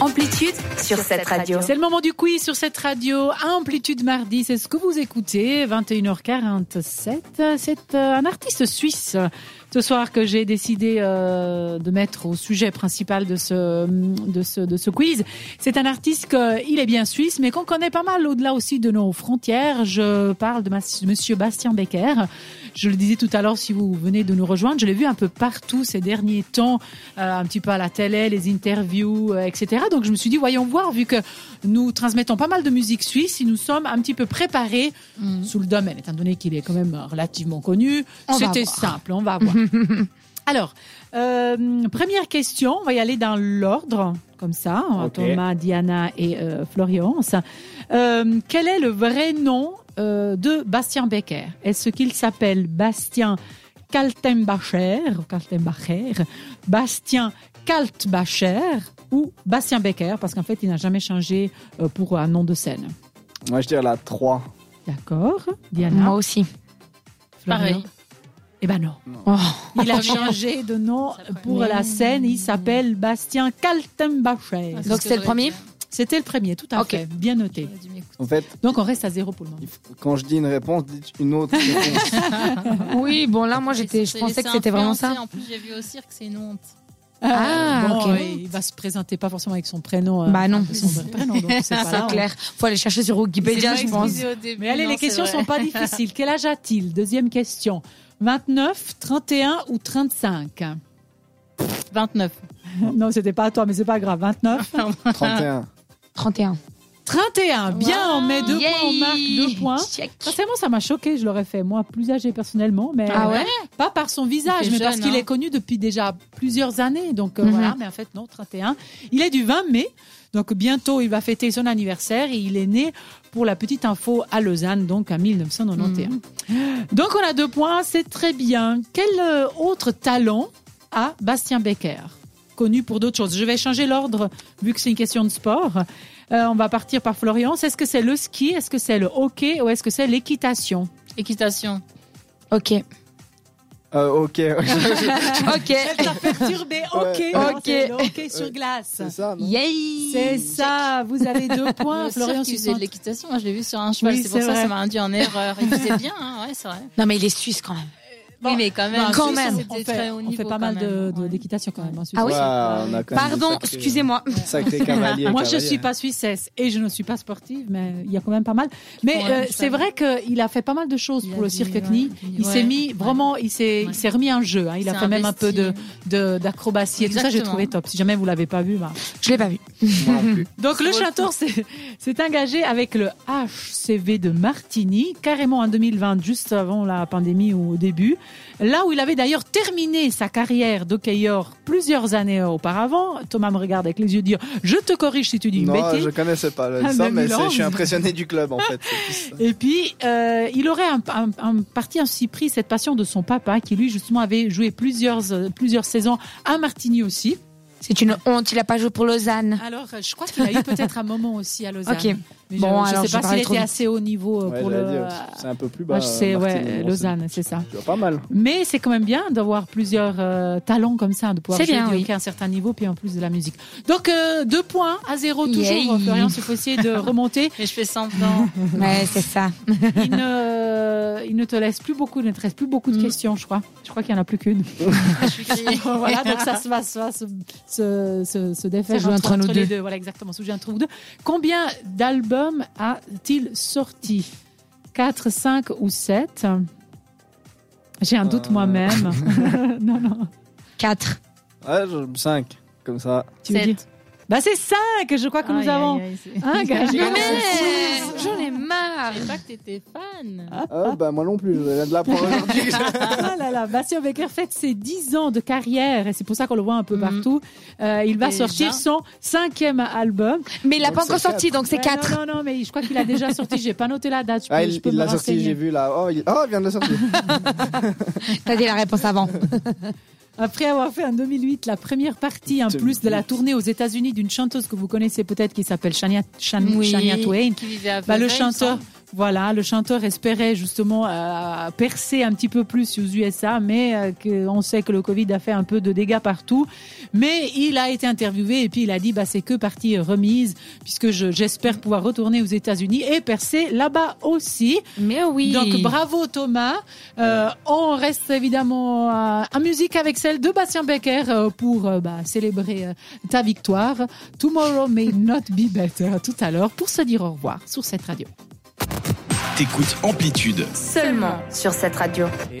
Amplitude sur cette radio. C'est le moment du quiz sur cette radio. Amplitude mardi, c'est ce que vous écoutez. 21h47. C'est euh, un artiste suisse ce soir que j'ai décidé euh, de mettre au sujet principal de ce, de ce, de ce quiz. C'est un artiste qu'il est bien suisse, mais qu'on connaît pas mal au-delà aussi de nos frontières. Je parle de, ma- de Monsieur Bastien Becker. Je le disais tout à l'heure, si vous venez de nous rejoindre, je l'ai vu un peu partout ces derniers temps, euh, un petit peu à la télé, les interviews, euh, etc. Donc je me suis dit, voyons voir, vu que nous transmettons pas mal de musique suisse, si nous sommes un petit peu préparés sous le domaine, étant donné qu'il est quand même relativement connu, Mm. On va c'était voir. simple, on va voir. Alors, euh, première question, on va y aller dans l'ordre, comme ça, hein, Ok. Thomas, Diana et euh, Florian. ça. Euh, quel est le vrai nom euh, de Bastien Becker Est-ce qu'il s'appelle Bastien Kaltenbacher, ou Kaltenbacher, Bastien Kaltbacher ou Bastien Becker Parce qu'en fait, il n'a jamais changé euh, pour un nom de scène. Moi, je dirais la 3. D'accord, Diana, Moi aussi. Florian Pareil. Eh ben non. Oh. Il a changé de nom pour la scène. Il s'appelle Bastien Kaltenbacher. c'est ce que Donc Ah, c'est le j'aurais premier dit, hein. C'était le premier, tout à Ok. fait. Bien noté. J'aurais dû m'écouter. En fait, Donc on reste à zéro pour le moment. il faut- quand je dis une réponse, dites une autre réponse. Oui, bon là, moi j'étais, je C'est- pensais que c'est c'était vraiment influencé. ça. En plus, j'ai vu au cirque, c'est une honte. Ah, Bon, ok. euh, Il va se présenter pas forcément avec son prénom. euh, Bah non, son vrai prénom, donc c'est pas là, c'est on- clair. Faut aller chercher sur Wikipédia, je pense. Mais allez, les questions sont pas difficiles. Quel âge a-t-il Deuxième question. 29, 31 ou 35 29. Non, c'était pas à toi, mais c'est pas grave. 29. 31. 31. 31. Bien, on met deux Yay points, on marque deux points. Check. Sincèrement, ça m'a choqué, je l'aurais fait. Moi, plus âgé personnellement, mais Ah euh, ouais pas par son visage, Il mais fait parce jeune, qu'il hein. est connu depuis déjà plusieurs années. Donc euh, Mhm. voilà, mais en fait, non, 31. Il est du 20 mai, donc bientôt il va fêter son anniversaire et il est né, pour la petite info, à Lausanne, donc en 1991. Mhm. Donc on a deux points, c'est très bien. Quel euh, autre talent a Bastien Becker Connu pour d'autres choses. Je vais changer l'ordre vu que c'est une question de sport. Euh, on va partir par Florian. Est-ce que c'est le ski, est-ce que c'est le hockey ou est-ce que c'est l'équitation Équitation. Ok. Euh, ok, Ok. Elle t'a perturbé. Ok, Ouais. non, Ok. c'est le ok sur glace. c'est ça, non Yay C'est ça, vous avez deux points. Le Florian, cirque, il faisait de Sucente. l'équitation. Moi, je l'ai vu sur un cheval. Oui, c'est pour c'est ça que vrai. ça m'a induit en erreur. Il faisait bien, hein, ouais, c'est vrai. Non mais il est suisse quand même. oui, mais quand Non, même. en Quand Suisse, même. c'était on fait, très haut on niveau, fait pas quand mal de- même. de- Ouais. d'équitation quand même. en Suisse. Ah oui Ouais, on a quand même Pardon, des sacrés- excusez-moi. Sacré cavalier. Moi, je cavalier. suis pas hein. suissesse et je ne suis pas sportive, mais il y a quand même pas mal. Mais Ouais, euh, je c'est savais. vrai qu'il a fait pas mal de choses Il pour a le dit, cirque ouais, Knie. il dit, Il s'est ouais. mis vraiment, il s'est, Ouais. il s'est remis en jeu. hein. Il a C'est fait même un peu de, investi. de- d'acrobatie et tout ça. J'ai Exactement. trouvé top. Si jamais vous l'avez pas vu, bah, Je l'ai pas vu. Moi non plus. Donc le Sur le Château s'est s'est engagé avec le HCV de Martigny, carrément en 2020, juste avant la pandémie ou au début, là où il avait d'ailleurs terminé sa carrière d'hockeyeur plusieurs années auparavant. Thomas me regarde avec les yeux dire « Je te corrige si tu dis une Non, bêtise je connaissais pas le Ah, ça, mais Ah, mais Milan, c'est- je suis vous- impressionné du club en fait. c'est plus ça. Et puis, euh, il aurait un, un, un parti ainsi pris cette passion de son papa, qui lui justement avait joué plusieurs, euh, plusieurs saisons à Martigny aussi. C'est une honte, il a pas joué pour Lausanne. Alors, euh, je crois qu'il a eu peut-être un moment aussi à Lausanne. Ok. Mais Bon, je alors, ne je sais pas parlais s'il trop était vite. assez haut niveau euh, Ouais, pour j'allais le... dire, c'est un peu plus bas. Ah, c'est euh, ouais, Martine, bon, Lausanne, c'est ça. c'est- tu vois, Pas mal. Mais c'est quand même bien d'avoir plusieurs euh, talents comme ça, de pouvoir C'est jouer bien, du oui. hockey à un certain niveau, puis en plus de la musique. Donc euh, deux points à zéro toujours. Yay. Florian, c'est possible de remonter. Mais je fais semblant. Ouais, c'est ça. Il ne, il ne te laisse plus beaucoup, il ne te reste plus beaucoup de Mm. questions, je crois. Je crois qu'il n'y en a plus qu'une. je suis grillée. voilà, donc ça se va, ça va se, se, se, se défaire Ça joue entre nous les deux. Voilà, exactement. se joue entre vous deux. Combien d'albums a-t-il sorti 4, 5 ou 7 J'ai un doute Euh. moi-même. non, non. 4. Ouais, 5, comme ça. Tu veux Sept. dire Bah c'est 5, je crois que nous Aïe, avons. aïe, aïe, c'est- Hein, gagné. Non, mais- Ouais. j'en ai marre. Je savais pas que t'étais fan. Ah, bah, moi non plus, je viens de l'apprendre aujourd'hui. Ah là là, Bastien Becker fête ses 10 ans de carrière et c'est pour ça qu'on le voit un peu Mhm. partout. Euh, il va Déjà. sortir son cinquième album. Mais il l'a Donc, pas encore c'est sorti, donc c'est Ouais, 4. Non, non, non, mais je crois qu'il a déjà sorti. J'ai pas noté la date. Je peux, Ah, je il peux il me l'a sorti, renseigner. j'ai vu là. Oh, il oh, il vient de le sortir. T'as dit la réponse avant. Après avoir fait en 2008 la première partie en 2008. plus de la tournée aux États-Unis d'une chanteuse que vous connaissez peut-être qui s'appelle Shania, Shan- Shania Twain. Qui vivait à Bah, le Vevey, il me chanteur, semble. Voilà, le chanteur espérait justement euh, percer un petit peu plus aux USA, mais euh, que- on sait que le Covid a fait un peu de dégâts partout. Mais il a été interviewé et puis il a dit bah, c'est que partie remise, puisque je- j'espère pouvoir retourner aux États-Unis et percer là-bas aussi. Mais oui. Donc bravo Thomas. Euh, on reste évidemment à- en musique avec celle de Bastien Becker euh, pour euh, bah, célébrer euh, ta victoire. Tomorrow may not be better. À Tout à l'heure pour se dire au revoir sur cette radio. T'écoutes Amplitude. seulement sur cette radio.